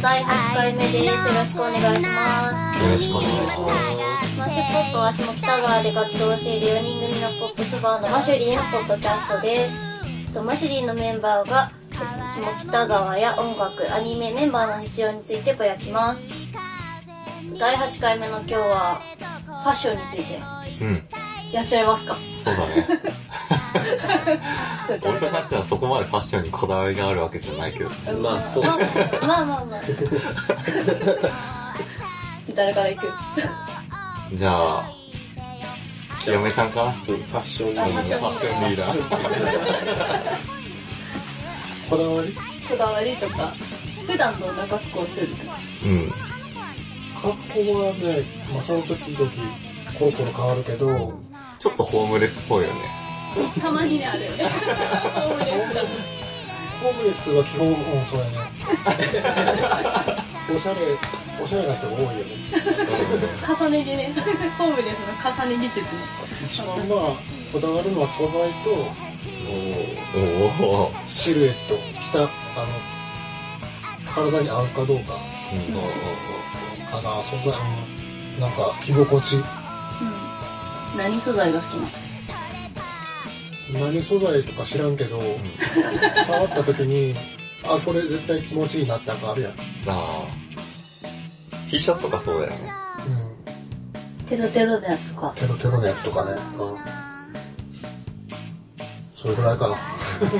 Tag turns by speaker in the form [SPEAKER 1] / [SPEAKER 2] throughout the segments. [SPEAKER 1] 回目ですよろしくお願いします
[SPEAKER 2] よろしくお願いします
[SPEAKER 1] マッシュポップは下北川で活動している4人組のポップスバーのマシュリーのポッドキャストですとマシュリーのメンバーが下北川や音楽アニメメンバーの日常についてぼやきます第8回目の今日はファッションについて
[SPEAKER 2] うん
[SPEAKER 1] やっちゃいますか
[SPEAKER 2] そうだね俺とかっちゃんはそこまでファッションにこだわりがあるわけじゃないけど
[SPEAKER 3] まあそう
[SPEAKER 1] まあまあまあ まあ誰から行く
[SPEAKER 2] じゃあ嫁さんかな
[SPEAKER 3] ファッション
[SPEAKER 1] あ
[SPEAKER 2] フ
[SPEAKER 1] フ
[SPEAKER 2] ァ
[SPEAKER 1] ァ
[SPEAKER 2] ッ
[SPEAKER 1] ッ
[SPEAKER 2] シ
[SPEAKER 1] ション
[SPEAKER 2] ョンリーダー
[SPEAKER 3] こだわり
[SPEAKER 1] こだわりとか普段どんな格好してるとか
[SPEAKER 2] うん
[SPEAKER 4] 格好はね、まあ、その時々コロコロ変わるけどホ
[SPEAKER 2] ちょっとホームレスっぽいよね
[SPEAKER 5] たまにねあるよねホームレスだし
[SPEAKER 4] ームレスは基本うんそうや ねおしゃれおしゃれな人が多いよね
[SPEAKER 5] 重ね着ねホームレスの重ね着術ね
[SPEAKER 4] 一番まあこだわるのは素材と
[SPEAKER 2] おお
[SPEAKER 4] シルエット着たあの体に合うかどうかかな素材うんなんか着心地
[SPEAKER 5] 何素材が好きなの
[SPEAKER 4] 何素材とか知らんけど、触った時にあこれ絶対気持ちいいなってなんかあるやん、うん、
[SPEAKER 2] ああ T シャツとかそうだよね
[SPEAKER 5] テロテロのやつか
[SPEAKER 4] テロテロのやつとかね、うん、それぐらいかな
[SPEAKER 5] 終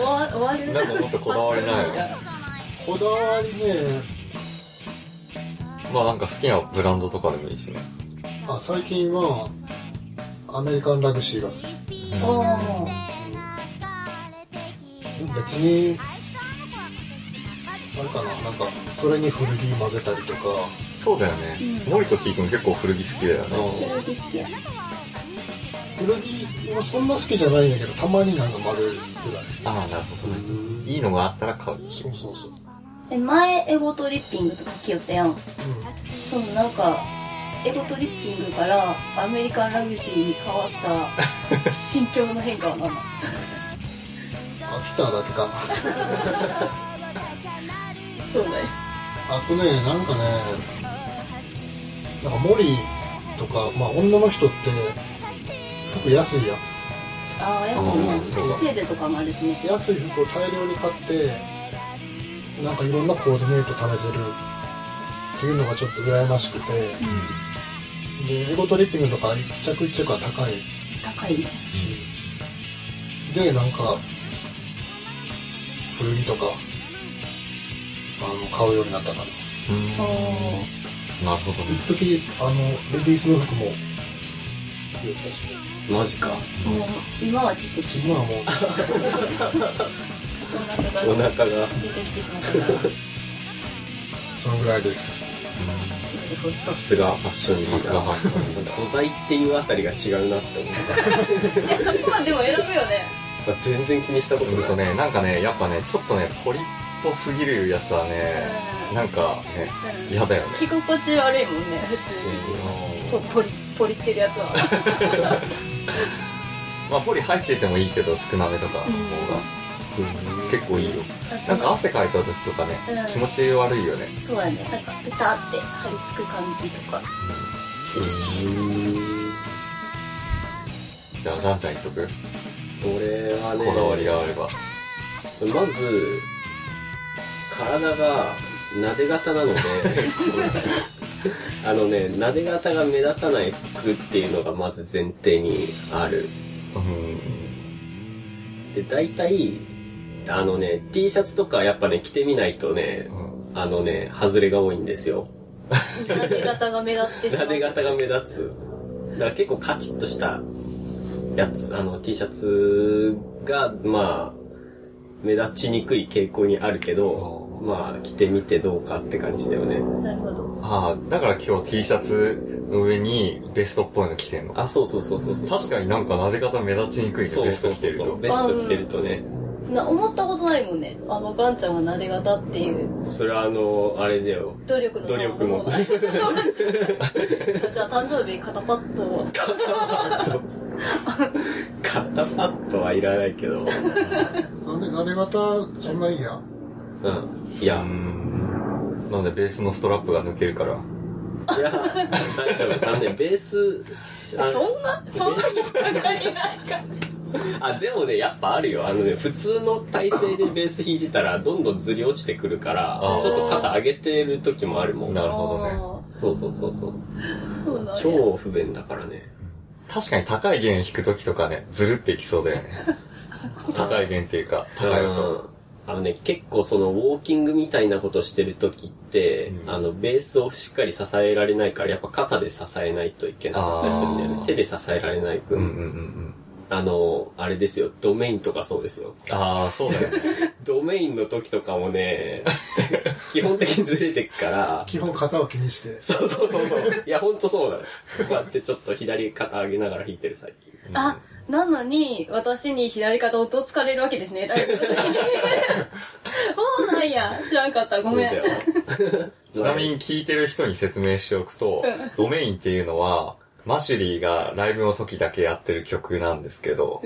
[SPEAKER 5] わ終わる
[SPEAKER 2] なんかもっとこだわりないよ
[SPEAKER 4] こだわりね
[SPEAKER 2] まあなんか好きなブランドとかでもいいしね
[SPEAKER 4] あ最近はアメリカンラグシーが好き
[SPEAKER 5] おー
[SPEAKER 4] 別にあれかななんかそれに古着混ぜたりとか
[SPEAKER 2] そうだよね、森とキー君結構古着好きだよね、
[SPEAKER 5] 古着好きや
[SPEAKER 4] 古着はそんな好きじゃないんだけどたまになんか混ぜるぐらい
[SPEAKER 2] ああなるほどねいいのがあったら買う
[SPEAKER 4] そうそうそう、う
[SPEAKER 5] え前エゴトリッピングとか着よったやん
[SPEAKER 4] ん、
[SPEAKER 5] そのなんかエゴトリッピングからアメリカンラグジーに変わった心境の変化は何なの
[SPEAKER 4] 飽きただけかな
[SPEAKER 5] そうだよ
[SPEAKER 4] あとねなんかねなんかモリーとかまあ女の人って服安いやん
[SPEAKER 5] ああやつ
[SPEAKER 2] うんそうだ
[SPEAKER 5] ねセールとかもあるしね
[SPEAKER 4] 安い服を大量に買ってなんかいろんなコーディネート試せるっていうのがちょっと羨ましくて、でエゴトリッピングとか一着一着は高いし
[SPEAKER 5] 高いね
[SPEAKER 4] でなんか古着とかあの買うようになったかな
[SPEAKER 2] うん
[SPEAKER 5] お
[SPEAKER 2] なるほどね
[SPEAKER 4] 一時あのレディースの服も着よったし
[SPEAKER 3] マジか
[SPEAKER 5] ーもう今はちょっと着
[SPEAKER 4] 今はもう
[SPEAKER 5] お腹
[SPEAKER 3] お
[SPEAKER 5] が
[SPEAKER 3] 腹が
[SPEAKER 5] 出てきてしまったからなる
[SPEAKER 4] そのぐらいです
[SPEAKER 5] ほど
[SPEAKER 3] さすがファッションリーダー素材っていうあたりが違うなって思っ
[SPEAKER 5] そこはでも選ぶよね
[SPEAKER 3] たまあ全然気にしたこと
[SPEAKER 2] うんと
[SPEAKER 3] ない
[SPEAKER 2] ねなんかねやっぱねちょっとねポリっぽすぎるやつはね
[SPEAKER 5] うん
[SPEAKER 2] なんかね嫌だよね
[SPEAKER 5] 着心地悪いもんね普通にポポリポリってるやつは
[SPEAKER 2] まあポリ入っててもいいけど少なめとかの方が結構いいよなんか汗かいた時とかね
[SPEAKER 5] うん
[SPEAKER 2] 気持ち悪いよね
[SPEAKER 5] そうやねなんかペタって張り付く感じとかするし
[SPEAKER 2] じゃあガンちゃん言っとく
[SPEAKER 3] 俺はね
[SPEAKER 2] こだわりがあれば
[SPEAKER 3] まず体がなで型 なのであのねなで型が目立たない服っていうのがまず前提にある
[SPEAKER 2] うん
[SPEAKER 3] で大体あのね T シャツとかやっぱね着てみないとねあのね外れが多いんですよ
[SPEAKER 5] なで型が目立ってしま
[SPEAKER 3] な
[SPEAKER 5] う
[SPEAKER 3] で型が目立つだから結構カチッとしたやつあの T シャツがまあ目立ちにくい傾向にあるけどまあ着てみてどうかって感じだよね
[SPEAKER 5] なるほど
[SPEAKER 2] ああだから今日 T シャツの上にベストっぽいの着てんの
[SPEAKER 3] あそうそうそうそうそう
[SPEAKER 2] 確かになんかなで方目立ちにくいね
[SPEAKER 3] そう
[SPEAKER 2] ベス
[SPEAKER 3] そ
[SPEAKER 2] ト
[SPEAKER 3] う
[SPEAKER 2] 着て
[SPEAKER 3] そ
[SPEAKER 2] る
[SPEAKER 3] うそう
[SPEAKER 2] と
[SPEAKER 3] ベスト着てるとね
[SPEAKER 5] な思ったことないもんねあのガンちゃんはなで型っていう
[SPEAKER 3] それはあのあれだよ
[SPEAKER 5] 努力の
[SPEAKER 3] 努力の
[SPEAKER 5] じゃあ誕生日肩パッドを
[SPEAKER 3] 肩パッドはいらないけ ど
[SPEAKER 4] なんでなで型そんなにいいや
[SPEAKER 3] うんいや
[SPEAKER 2] うんなんでベースのストラップが抜けるから。
[SPEAKER 3] いや、大丈夫。あのね、ベース、あ
[SPEAKER 5] そんな、そんなに深がりないか。
[SPEAKER 3] あでもねやっぱあるよあのね普通の体勢でベース弾いてたらどんどんずり落ちてくるから
[SPEAKER 2] あー
[SPEAKER 3] ちょっと肩上げてる時もあるもん
[SPEAKER 2] なるほどね。
[SPEAKER 3] そうそうそうそう
[SPEAKER 5] どね
[SPEAKER 3] 超不便だからね
[SPEAKER 2] 確かに高い弦弾くときとかね、ずるっていきそう だよね。高い弦っていうか、高い音。
[SPEAKER 3] うんあのね結構そのウォーキングみたいなことしてる時って、
[SPEAKER 2] うん
[SPEAKER 3] あのベースをしっかり支えられないからやっぱ肩で支えないといけなかったりするんだよ
[SPEAKER 2] あ
[SPEAKER 3] ね
[SPEAKER 2] ー
[SPEAKER 3] 手で支えられない
[SPEAKER 2] うん
[SPEAKER 3] 分、
[SPEAKER 2] うんうんうん。
[SPEAKER 3] あのあれですよドメインとかそうですよ
[SPEAKER 2] ああ、そうだよね。
[SPEAKER 3] ドメインの時とかもね基本的にずれてくから
[SPEAKER 4] 基本型を気にして。
[SPEAKER 3] そうそうそうそう。いや、ほんとそうだよ。こうやってちょっと左肩上げながら弾いてる最近。
[SPEAKER 5] あ、なのに、私に左肩をどつかれるわけですね、ライブの時に。 そうなんや。知らんかった。ごめん。
[SPEAKER 3] そうだよ。
[SPEAKER 2] ちなみに聞いてる人に説明しておく と、ドメインっていうのは、マシュリーがライブの時だけやってる曲なんですけど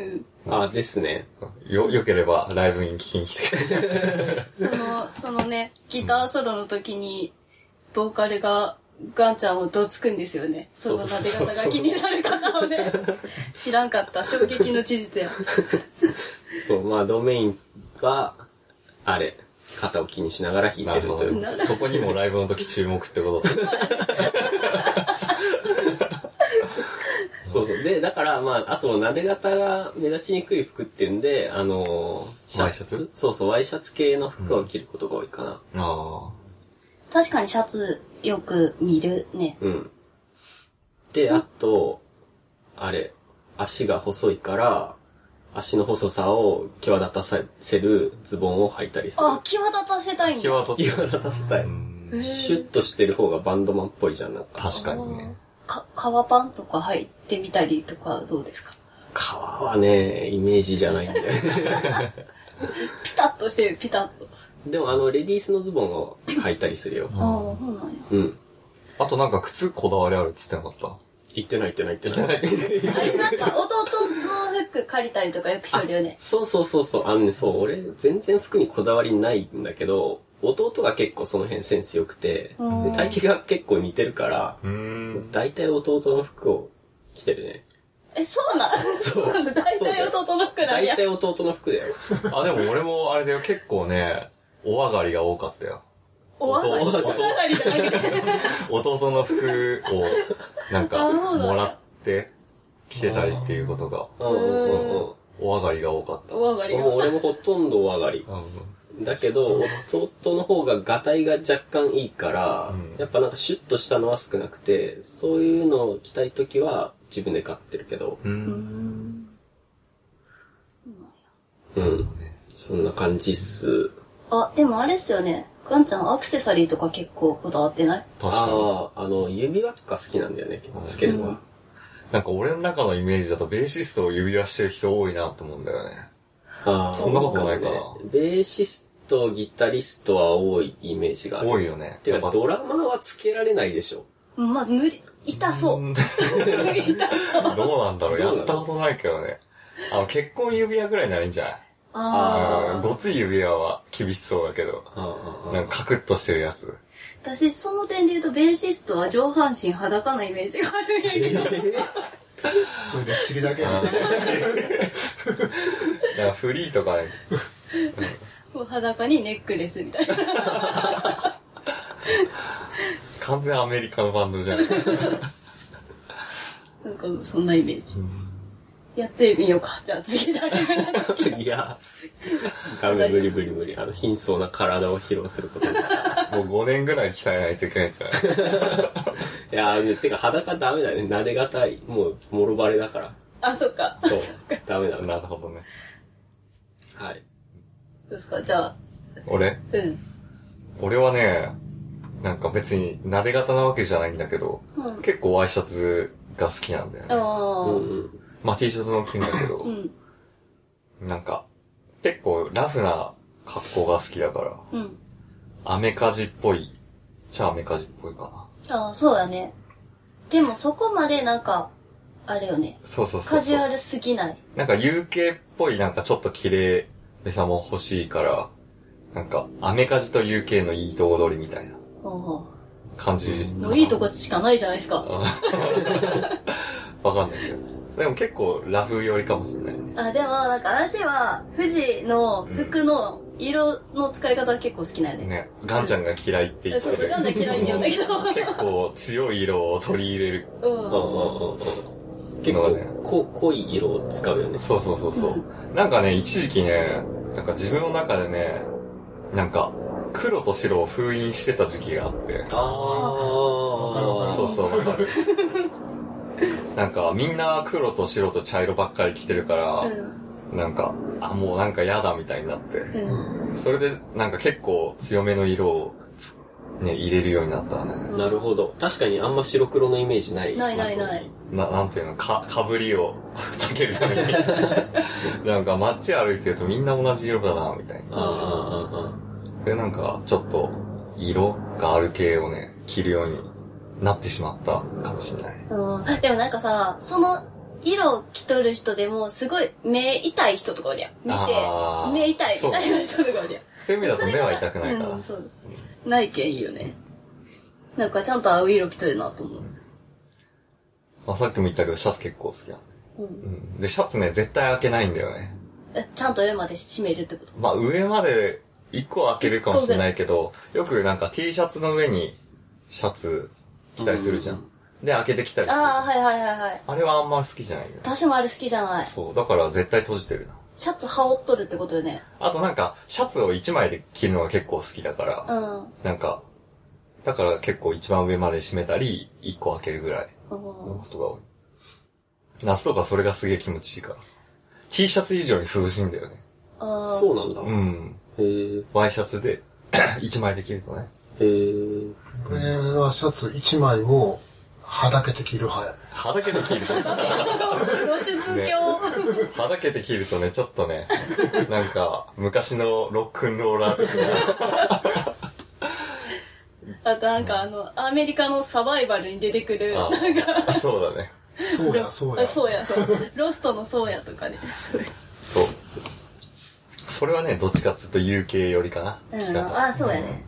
[SPEAKER 5] う、ん。
[SPEAKER 3] あ、ですね。
[SPEAKER 2] よ、よければライブに聞きに来てください。
[SPEAKER 5] その、そのね、ギターソロの時に、ボーカルが、ガンちゃんをどつくんですよね。その撫で方が気になる方をね。知らんかった。衝撃の事実や。
[SPEAKER 3] そう、まあ、ドメインは、あれ、肩を気にしながら弾いてるという。
[SPEAKER 5] なるほど
[SPEAKER 2] そこにもライブの時注目ってこと だ。
[SPEAKER 3] そうそう。で、だから、まあ、あと、撫で型が目立ちにくい服っていうんで、あのー
[SPEAKER 2] ワイシャツ
[SPEAKER 3] そうそう、ワイシャツ系の服を着ることが多いかな。
[SPEAKER 2] あ
[SPEAKER 5] 確かにシャツよく見るね。
[SPEAKER 3] うん。で、あと、あれ、足が細いから、足の細さを際立たせるズボンを履いたりする。
[SPEAKER 5] あ、際立たせたい
[SPEAKER 2] あ。
[SPEAKER 5] ん
[SPEAKER 2] 気
[SPEAKER 5] だ。
[SPEAKER 2] はとって
[SPEAKER 3] 際立たせたい。
[SPEAKER 2] うん
[SPEAKER 3] シュッとしてる方がバンドマンっぽいじゃん。なんか、
[SPEAKER 2] 確かにね。
[SPEAKER 5] か、革パンとか入ってみたりとかどうですか
[SPEAKER 3] 革はね、イメージじゃないんだよね。
[SPEAKER 5] ピタッとしてる、ピタッと。
[SPEAKER 3] でも、あの、レディースのズボンを履いたりするよ。
[SPEAKER 5] ああ、そうなんや。
[SPEAKER 3] うん。
[SPEAKER 2] あとなんか靴こだわりあるっつってなかった
[SPEAKER 3] 言ってない言ってない言ってない。
[SPEAKER 5] なんか弟の服借りたりとかよくしとるよね。
[SPEAKER 3] そうそうそうそう、あのね、そう、俺、全然服にこだわりないんだけど、弟が結構その辺センス良くて、
[SPEAKER 5] うん
[SPEAKER 3] で体型が結構似てるから、
[SPEAKER 2] うーん。
[SPEAKER 3] 大体弟の服を着てるね。
[SPEAKER 5] え、そうなん
[SPEAKER 3] そう
[SPEAKER 5] 大体弟の服なん
[SPEAKER 3] 大
[SPEAKER 5] や。
[SPEAKER 3] 体弟の服だよ。
[SPEAKER 2] あ、でも俺もあれだよ、結構ね、お上がりが多かったよ。
[SPEAKER 5] お上がり、お
[SPEAKER 2] 弟
[SPEAKER 5] 上がりじゃなく て。
[SPEAKER 2] 弟の服を、なんか、
[SPEAKER 5] あそうなんだ
[SPEAKER 2] もらって、着てたりっていうことが、
[SPEAKER 3] うんうんうんうん。
[SPEAKER 2] お上がりが多かった。
[SPEAKER 5] お上がり
[SPEAKER 3] もう
[SPEAKER 5] が。
[SPEAKER 3] 俺もほとんど上がり。だけど、弟の方がガタイが若干いいから、
[SPEAKER 2] うん
[SPEAKER 3] やっぱなんかシュッとしたのは少なくて、そういうのを着たいときは自分で買ってるけど、
[SPEAKER 2] うん。
[SPEAKER 3] うん。そんな感じっす。
[SPEAKER 5] あ、でもあれっすよね。ガンちゃんアクセサリーとか結構こだわってない
[SPEAKER 2] 確かに。
[SPEAKER 3] ああ、あの、指輪とか好きなんだよね、結構つけるのは。
[SPEAKER 2] なんか俺の中のイメージだと、ベーシストを指輪してる人多いなと思うんだよね。
[SPEAKER 3] ああ
[SPEAKER 2] そんなことないかな
[SPEAKER 3] ベーシスト、ギタリストは多いイメージがある。
[SPEAKER 2] 多いよね。
[SPEAKER 3] て
[SPEAKER 2] やっ
[SPEAKER 3] か、
[SPEAKER 2] ぱ
[SPEAKER 3] ドラマーはつけられないでしょ。
[SPEAKER 5] うんまあ、無理。痛そう。
[SPEAKER 2] ん
[SPEAKER 5] 痛そう。
[SPEAKER 2] どうなんだろう、
[SPEAKER 3] どうな
[SPEAKER 2] や
[SPEAKER 3] の
[SPEAKER 2] ったことないけどね。あの、結婚指輪ぐらいになるんじゃない
[SPEAKER 5] あ
[SPEAKER 2] うん
[SPEAKER 5] あ。
[SPEAKER 2] ごつい指輪は厳しそうだけど、なんかカクッとしてるやつ。
[SPEAKER 5] 私、その点で言うと、ベーシストは上半身裸なイメージがあるんや けど。
[SPEAKER 4] それでっちりだけ。
[SPEAKER 2] だからフリーとかね、
[SPEAKER 5] もう裸にネックレスみたい な。
[SPEAKER 2] 完全アメリカのバンドじゃん。
[SPEAKER 5] なんか、そんなイメージ。やってみようか。じゃあ次だけ。
[SPEAKER 3] いや、ダメ、無理無理無理。あの、貧相な体を披露することになる。
[SPEAKER 2] もう5年ぐらい鍛えないといけないんじゃない
[SPEAKER 3] いやー、てか裸ダメだね。撫でがたい。もう、もろバレだから。
[SPEAKER 5] あ、そっか。
[SPEAKER 3] そう。ダメだね。
[SPEAKER 2] なるほどね。
[SPEAKER 3] はい。
[SPEAKER 5] どうですかじゃあ、
[SPEAKER 2] 俺
[SPEAKER 5] うん。
[SPEAKER 2] 俺はね、なんか別に撫で型なわけじゃないんだけど、
[SPEAKER 5] うん
[SPEAKER 2] 結構ワイシャツが好きなんだよ
[SPEAKER 5] ああ、
[SPEAKER 2] ね。
[SPEAKER 3] う
[SPEAKER 5] う
[SPEAKER 3] ん
[SPEAKER 5] ん。
[SPEAKER 3] うん。
[SPEAKER 2] まあ T シャツも着んだけど、
[SPEAKER 5] うん。
[SPEAKER 2] なんか、結構ラフな格好が好きだから、
[SPEAKER 5] うん。
[SPEAKER 2] アメカジっぽい、じゃあアメカジっぽいかな。
[SPEAKER 5] ああ、そうだね。でもそこまでなんか、あれよね。
[SPEAKER 2] そうそうそう
[SPEAKER 5] カ
[SPEAKER 2] そう。
[SPEAKER 5] ジュアルすぎない。
[SPEAKER 2] なんか UK っぽいなんかちょっと綺麗めさも欲しいから、なんかアメカジと UK のいいとこ取りみたいな。
[SPEAKER 5] あ
[SPEAKER 2] 感じ。
[SPEAKER 5] あいいとこしかないじゃないですか。
[SPEAKER 2] あーわかんないけど。でも結構ラフ寄りかもしれないね。
[SPEAKER 5] あ、でも、なんか私は、富士の服の色の使い方が結構好きなんよね。
[SPEAKER 2] ね、ガンちゃんが嫌いって言って
[SPEAKER 5] そうガンちゃん嫌いって言うんだけど
[SPEAKER 2] 結構強い色を取り入れる。
[SPEAKER 5] うん。
[SPEAKER 3] うんうんうん結構、こ濃い色を使うよね。
[SPEAKER 2] そうそうそうそう。なんかね、一時期ね、なんか自分の中でね、なんか、黒と白を封印してた時期があって。
[SPEAKER 3] ああ
[SPEAKER 2] そうそう、わかる。なんか、みんな黒と白と茶色ばっかり着てるから、
[SPEAKER 5] うん。
[SPEAKER 2] なんか、あ、もうなんか嫌だみたいになって。
[SPEAKER 5] うん。
[SPEAKER 2] それで、なんか結構強めの色をつ、ね、入れるようになったね。
[SPEAKER 3] なるほど。確かにあんま白黒のイメージない。
[SPEAKER 5] ないないない。
[SPEAKER 2] な、なんていうの、か、かぶりを 避けるために。 なんか街歩いてるとみんな同じ色だな、みたい
[SPEAKER 3] あ
[SPEAKER 2] な。
[SPEAKER 3] あ、ああ、あ
[SPEAKER 2] で、なんか、ちょっと、色がある系をね、着るようになってしまったかもしれない。
[SPEAKER 5] うん。でもなんかさ、その色を着とる人でも、すごい目痛い人とかおりゃ。見て
[SPEAKER 2] あー、
[SPEAKER 5] 目痛いみたいな人とかおりゃ。
[SPEAKER 2] そういう意味だと目は痛くないから。
[SPEAKER 5] うん、そう。ないけんいいよね。なんかちゃんと合う色着とるなと思う。
[SPEAKER 2] まあ、さっきも言ったけど、シャツ結構好きなの。
[SPEAKER 5] うん
[SPEAKER 2] うん。で、シャツね、絶対開けないんだよね。
[SPEAKER 5] えちゃんと上まで締めるってこと
[SPEAKER 2] まあ、上まで1個開けるかもしれないけど、よくなんか T シャツの上にシャツ着たりするじゃん。で、開けてきたりするじゃん
[SPEAKER 5] ああ、はいはいはいはい。
[SPEAKER 2] あれはあんま好きじゃないよ。
[SPEAKER 5] 私もあれ好きじゃない。
[SPEAKER 2] そう。だから絶対閉じてるな。
[SPEAKER 5] シャツ羽織っとるってことよね。
[SPEAKER 2] あとなんか、シャツを1枚で着るのが結構好きだから、
[SPEAKER 5] うん。
[SPEAKER 2] なんか、だから結構一番上まで締めたり、1個開けるぐらいのことが多い。夏とかそれがすげえ気持ちいいから。T シャツ以上に涼しいんだよね。
[SPEAKER 5] あ
[SPEAKER 3] あ。
[SPEAKER 5] あ。
[SPEAKER 3] そうなんだ。
[SPEAKER 2] うん。
[SPEAKER 3] へえ。
[SPEAKER 2] ワイシャツで 1枚で着るとね。
[SPEAKER 3] へえ。
[SPEAKER 4] これはシャツ1枚をはだけて着る派やね。
[SPEAKER 2] 裸で 着ると、
[SPEAKER 5] 露出
[SPEAKER 2] ね
[SPEAKER 5] 狂。
[SPEAKER 2] はだけて着るとね、ちょっとね、なんか、昔のロックンローラー的な。
[SPEAKER 5] あとなんかあの、アメリカのサバイバルに出てくる、
[SPEAKER 2] あ
[SPEAKER 5] なんか、
[SPEAKER 2] そうだね。
[SPEAKER 4] そうや、そう
[SPEAKER 5] あ
[SPEAKER 4] や。
[SPEAKER 5] そうや、そう。ロストのそうやとかね。
[SPEAKER 2] そう。それはね、どっちかっていうと UK よりかな。
[SPEAKER 5] うん
[SPEAKER 2] 着方
[SPEAKER 5] あそうやね。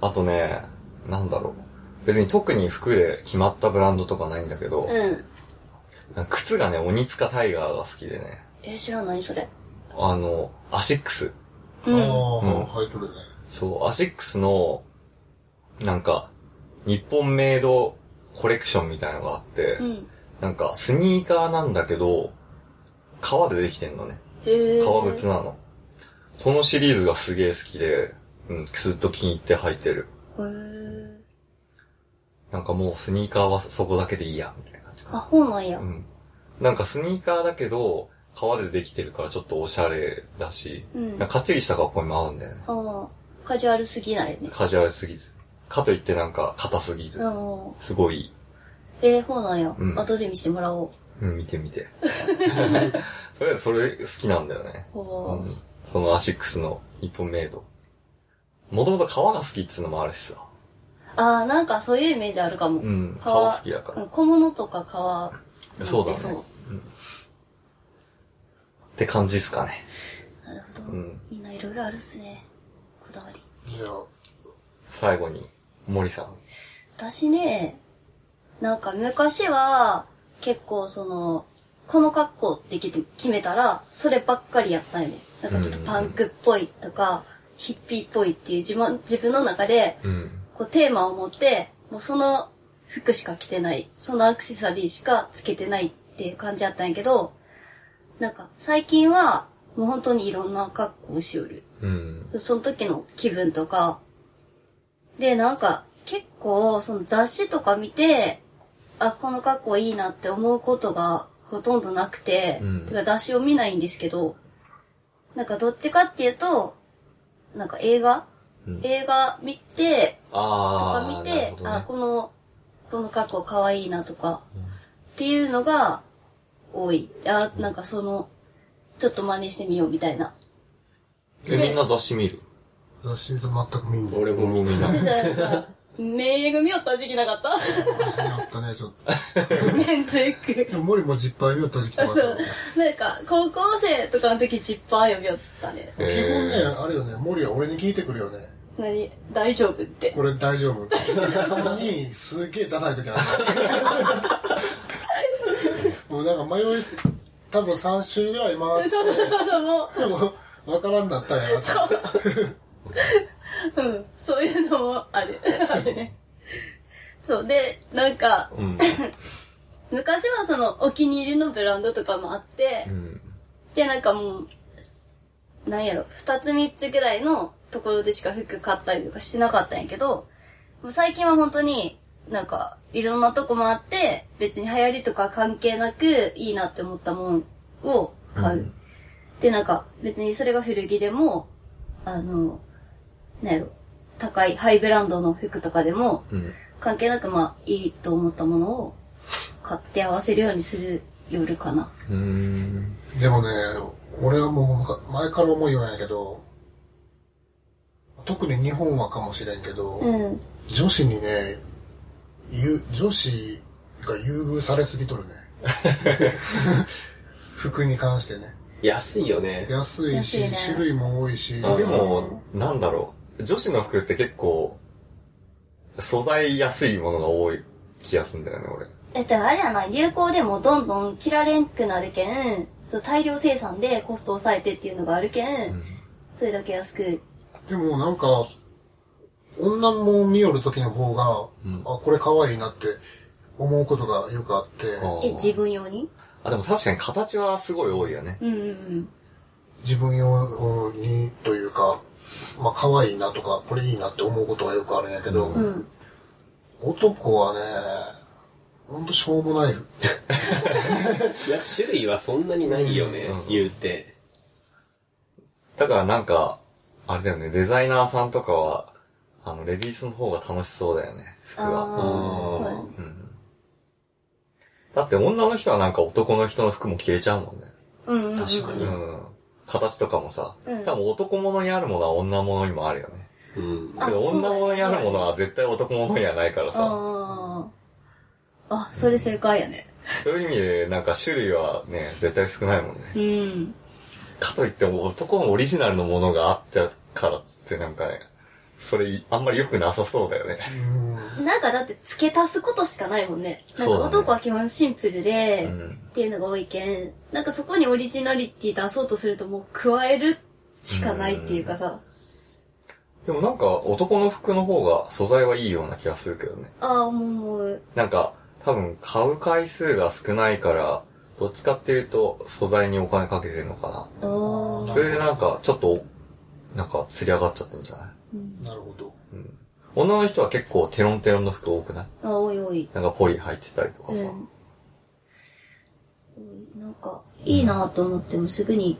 [SPEAKER 2] あとね、なんだろう。別に特に服で決まったブランドとかないんだけど、
[SPEAKER 5] うん。
[SPEAKER 2] 靴がね、鬼塚タイガーが好きでね。
[SPEAKER 5] え、知らないそれ。
[SPEAKER 2] あの、アシックス。
[SPEAKER 4] あ
[SPEAKER 5] うん。
[SPEAKER 4] あ、
[SPEAKER 2] うん
[SPEAKER 4] 入ってるね。
[SPEAKER 2] そう、アシックスの、なんか、日本メイドコレクションみたいなのがあって、
[SPEAKER 5] うん。
[SPEAKER 2] なんか、スニーカーなんだけど、革でできてんのね。
[SPEAKER 5] へえ。
[SPEAKER 2] 革靴なの。そのシリーズがすげえ好きで、うん、ずっと気に入って履いてる。
[SPEAKER 5] へー
[SPEAKER 2] なんかもうスニーカーはそこだけでいいや、みたいな感じか
[SPEAKER 5] あ、ほうなんや
[SPEAKER 2] な。う。ん。なんかスニーカーだけど、革でできてるからちょっとオシャレだし、
[SPEAKER 5] うん
[SPEAKER 2] なんかかっちりした格好にも合うんだよね。
[SPEAKER 5] ああ。カジュアルすぎないね。
[SPEAKER 2] カジュアルすぎず。かといってなんか硬すぎず
[SPEAKER 5] う。ん。
[SPEAKER 2] すごい、
[SPEAKER 5] えー、ほうなんや。
[SPEAKER 2] うん
[SPEAKER 5] 後で見せてもらおう。
[SPEAKER 2] うん、見てみて。とりあえずそれ好きなんだよね。
[SPEAKER 5] ほ
[SPEAKER 2] うんそのアシックスの日本メイド。もともと革が好きっていうのもあるしさ。
[SPEAKER 5] う。ああ、なんかそういうイメージあるかも。
[SPEAKER 2] うん
[SPEAKER 5] 皮
[SPEAKER 2] 革好きだから
[SPEAKER 5] うん小物とか革。
[SPEAKER 2] そうだね
[SPEAKER 5] そう。
[SPEAKER 2] って感じっすかね。
[SPEAKER 5] なるほど。
[SPEAKER 2] うん
[SPEAKER 5] みんないろいろあるっすね。こだわり。
[SPEAKER 4] いや、
[SPEAKER 2] 最後に、森さん。
[SPEAKER 5] 私ね、なんか昔は、結構その、この格好って決めたら、そればっかりやったよね。なんかちょっとパンクっぽいとか、ヒッピーっぽいっていう自分自分の中で、
[SPEAKER 2] うん。
[SPEAKER 5] こうテーマを持って、もうその服しか着てない、そのアクセサリーしかつけてないっていう感じやったんやけど、なんか最近は、もう本当にいろんな格好をしおる。
[SPEAKER 2] うん。
[SPEAKER 5] その時の気分とか。で、なんか、結構、その雑誌とか見て、あ、この格好いいなって思うことがほとんどなくて、
[SPEAKER 2] うん
[SPEAKER 5] てか雑誌を見ないんですけど、なんかどっちかっていうと、なんか映画、
[SPEAKER 2] うん
[SPEAKER 5] 映画見て、と
[SPEAKER 2] あ
[SPEAKER 5] か
[SPEAKER 2] ー
[SPEAKER 5] 見て、あ,、
[SPEAKER 2] なるほ
[SPEAKER 5] この、この格好可愛いなとか、っていうのが多い。あ、なんかその、ちょっと真似してみようみたいな。
[SPEAKER 2] どね。え、みんな雑誌見る
[SPEAKER 4] 雑誌と全く見んの。
[SPEAKER 3] 俺も、
[SPEAKER 2] みんな。
[SPEAKER 5] じゃあさ、名組よった時期なかっ
[SPEAKER 4] 雑誌にあったね、ちょっと。
[SPEAKER 5] たメンズエッ
[SPEAKER 4] で
[SPEAKER 5] グ。
[SPEAKER 4] も森も実敗によった時期とかあった
[SPEAKER 5] そう。なんか、高校生とかの時ジッパー読みよったね。
[SPEAKER 4] 基本ね、あれよね、森は俺に聞いてくるよね。
[SPEAKER 5] 何大丈夫って。
[SPEAKER 4] これ大丈夫。 なのに、すげえダサい時ある。もうなんか迷いす、多分3週ぐらい回っ
[SPEAKER 5] そうそうそうそう、も
[SPEAKER 4] ても、わからんなったんやなって。
[SPEAKER 5] う、うん、そういうのもある。あるね。そう、で、なんか、
[SPEAKER 2] うん。
[SPEAKER 5] 昔はその、お気に入りのブランドとかもあって、
[SPEAKER 2] うん。
[SPEAKER 5] で、なんかもう、なんやろ、二つ三つぐらいのところでしか服買ったりとかしてなかったんやけど、もう最近は本当に、なんか、いろんなとこ回って、別に流行りとか関係なく、いいなって思ったもんを買う。
[SPEAKER 2] うん
[SPEAKER 5] で、なんか、別にそれが古着でも、あの、なんやろ、高い、ハイブランドの服とかでも、
[SPEAKER 2] うん。
[SPEAKER 5] 関係なく、まあ、いいと思ったものを、買って合わせるようにする夜かな。
[SPEAKER 2] うーん。
[SPEAKER 4] でもね、俺はもうむか前から思うようんやけど、特に日本はかもしれんけど、
[SPEAKER 5] うん。
[SPEAKER 4] 女子にね、ゆ女子が優遇されすぎと るね。服に関してね。
[SPEAKER 3] 安いよね。
[SPEAKER 4] 安いし、
[SPEAKER 5] 安いね
[SPEAKER 4] 種類も多い
[SPEAKER 2] で
[SPEAKER 4] し、
[SPEAKER 2] も、なんだろう。女子の服って結構、素材安いものが多い気がするんだよね、俺。
[SPEAKER 5] えっと、あれやな、流行でもどんどん着られんくなるけん、そう大量生産でコストを抑えてっていうのがあるけん、それだけ安く。
[SPEAKER 4] でもなんか、女も見よる時の方が、
[SPEAKER 2] うん
[SPEAKER 4] あ、これ可愛いなって思うことがよくあって、
[SPEAKER 2] あ
[SPEAKER 5] え、自分用に
[SPEAKER 2] あ、でも確かに形はすごい多いよね。
[SPEAKER 5] うんうん
[SPEAKER 4] 自分用にというか、まあ可愛いなとか、これいいなって思うことがよくあるんやけど、
[SPEAKER 5] うん。うん。
[SPEAKER 4] 男はね、ほんとしょうもない。
[SPEAKER 3] いや、種類はそんなにないよね、
[SPEAKER 2] うん
[SPEAKER 3] 言うて。
[SPEAKER 2] だからなんか、あれだよね、デザイナーさんとかは、あの、レディースの方が楽しそうだよね、服
[SPEAKER 5] ああ
[SPEAKER 2] は。
[SPEAKER 5] は
[SPEAKER 2] うん。だって女の人はなんか男の人の服も消えちゃうもんね。
[SPEAKER 5] い。うんうんうん。
[SPEAKER 3] 確か
[SPEAKER 2] う
[SPEAKER 3] に
[SPEAKER 2] ん。形とかもさ、
[SPEAKER 5] うん
[SPEAKER 2] 多分男物にあるものは女物にもあるよね。
[SPEAKER 3] うん。
[SPEAKER 5] あ
[SPEAKER 2] けど
[SPEAKER 5] そうだ
[SPEAKER 2] 女
[SPEAKER 5] ね
[SPEAKER 2] 物にあるものは絶対男物にはないからさ、
[SPEAKER 5] ああ。あ、それ正解やね。
[SPEAKER 2] そういう意味でなんか種類はね、絶対少ないもんね。
[SPEAKER 5] うん。
[SPEAKER 2] かといっても男のオリジナルのものがあったからっつってなんかね、それあんまり良くなさそうだよね。
[SPEAKER 4] うん
[SPEAKER 5] なんかだって付け足すことしかないもんね。なんか
[SPEAKER 2] そうだね
[SPEAKER 5] 男は基本シンプルで、
[SPEAKER 2] うん
[SPEAKER 5] っていうのが多いけん、なんかそこにオリジナリティ出そうとするともう加えるしかないっていうかさ、
[SPEAKER 2] でもなんか男の服の方が素材はいいような気がするけどね。
[SPEAKER 5] ああ、もうもう、
[SPEAKER 2] なんか多分買う回数が少ないから、どっちかっていうと素材にお金かけてるのか
[SPEAKER 5] あー
[SPEAKER 2] な。それでなんかちょっと、なんか釣り上がっちゃってるんじゃない
[SPEAKER 4] なるほど。
[SPEAKER 2] 女の人は結構テロンテロンの服多くない
[SPEAKER 5] あ、おいおい。
[SPEAKER 2] なんかポリ入ってたりとか
[SPEAKER 5] う
[SPEAKER 2] さ。
[SPEAKER 5] ん。なんか、いいなと思ってもすぐに、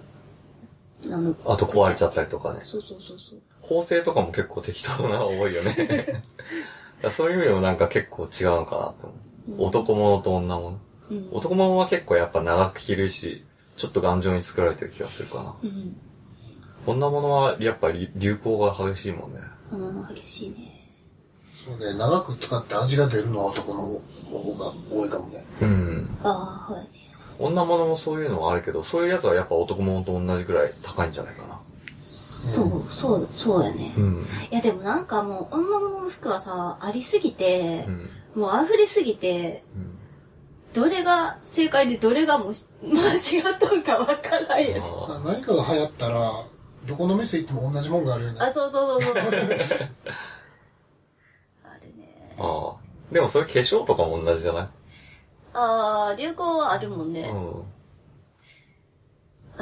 [SPEAKER 5] あの、
[SPEAKER 2] あと壊れちゃったりとかね。
[SPEAKER 5] そうそうそうそう。
[SPEAKER 2] 縫製とかも結構適当なの多いよ ね。だからそういう意味でもなんか結構違うのかなと思う。男物と女物。
[SPEAKER 5] うん。
[SPEAKER 2] 男物は結構やっぱ長く着るし、ちょっと頑丈に作られてる気がするかな。
[SPEAKER 5] うん。
[SPEAKER 2] 女物はやっぱり流行が激しいもんね。
[SPEAKER 5] うん、激しいね。
[SPEAKER 4] そうね、長く使って味が出るのは男の方が多いかもね。
[SPEAKER 2] うん。
[SPEAKER 5] ああ、はい。
[SPEAKER 2] 女物もそういうのはあるけど、そういうやつはやっぱ男物と同じくらい高いんじゃないかな。
[SPEAKER 5] そう、そう、そうやね。
[SPEAKER 2] ん。
[SPEAKER 5] いやでもなんかもう女物の服はさ、ありすぎて
[SPEAKER 2] う、ん。
[SPEAKER 5] もう溢れすぎて、
[SPEAKER 2] うん。
[SPEAKER 5] どれが正解でどれがもうし 間違ったんかわからんよね。
[SPEAKER 2] あ
[SPEAKER 4] な何かが流行ったら、どこの店行っても同じもんがあるよね。
[SPEAKER 5] あ、そうそうそうそう。あ るね。
[SPEAKER 2] ーあー。でもそれ化粧とかも同じじゃな
[SPEAKER 5] あー、流行はあるもん
[SPEAKER 2] い
[SPEAKER 5] ね
[SPEAKER 2] う。ん。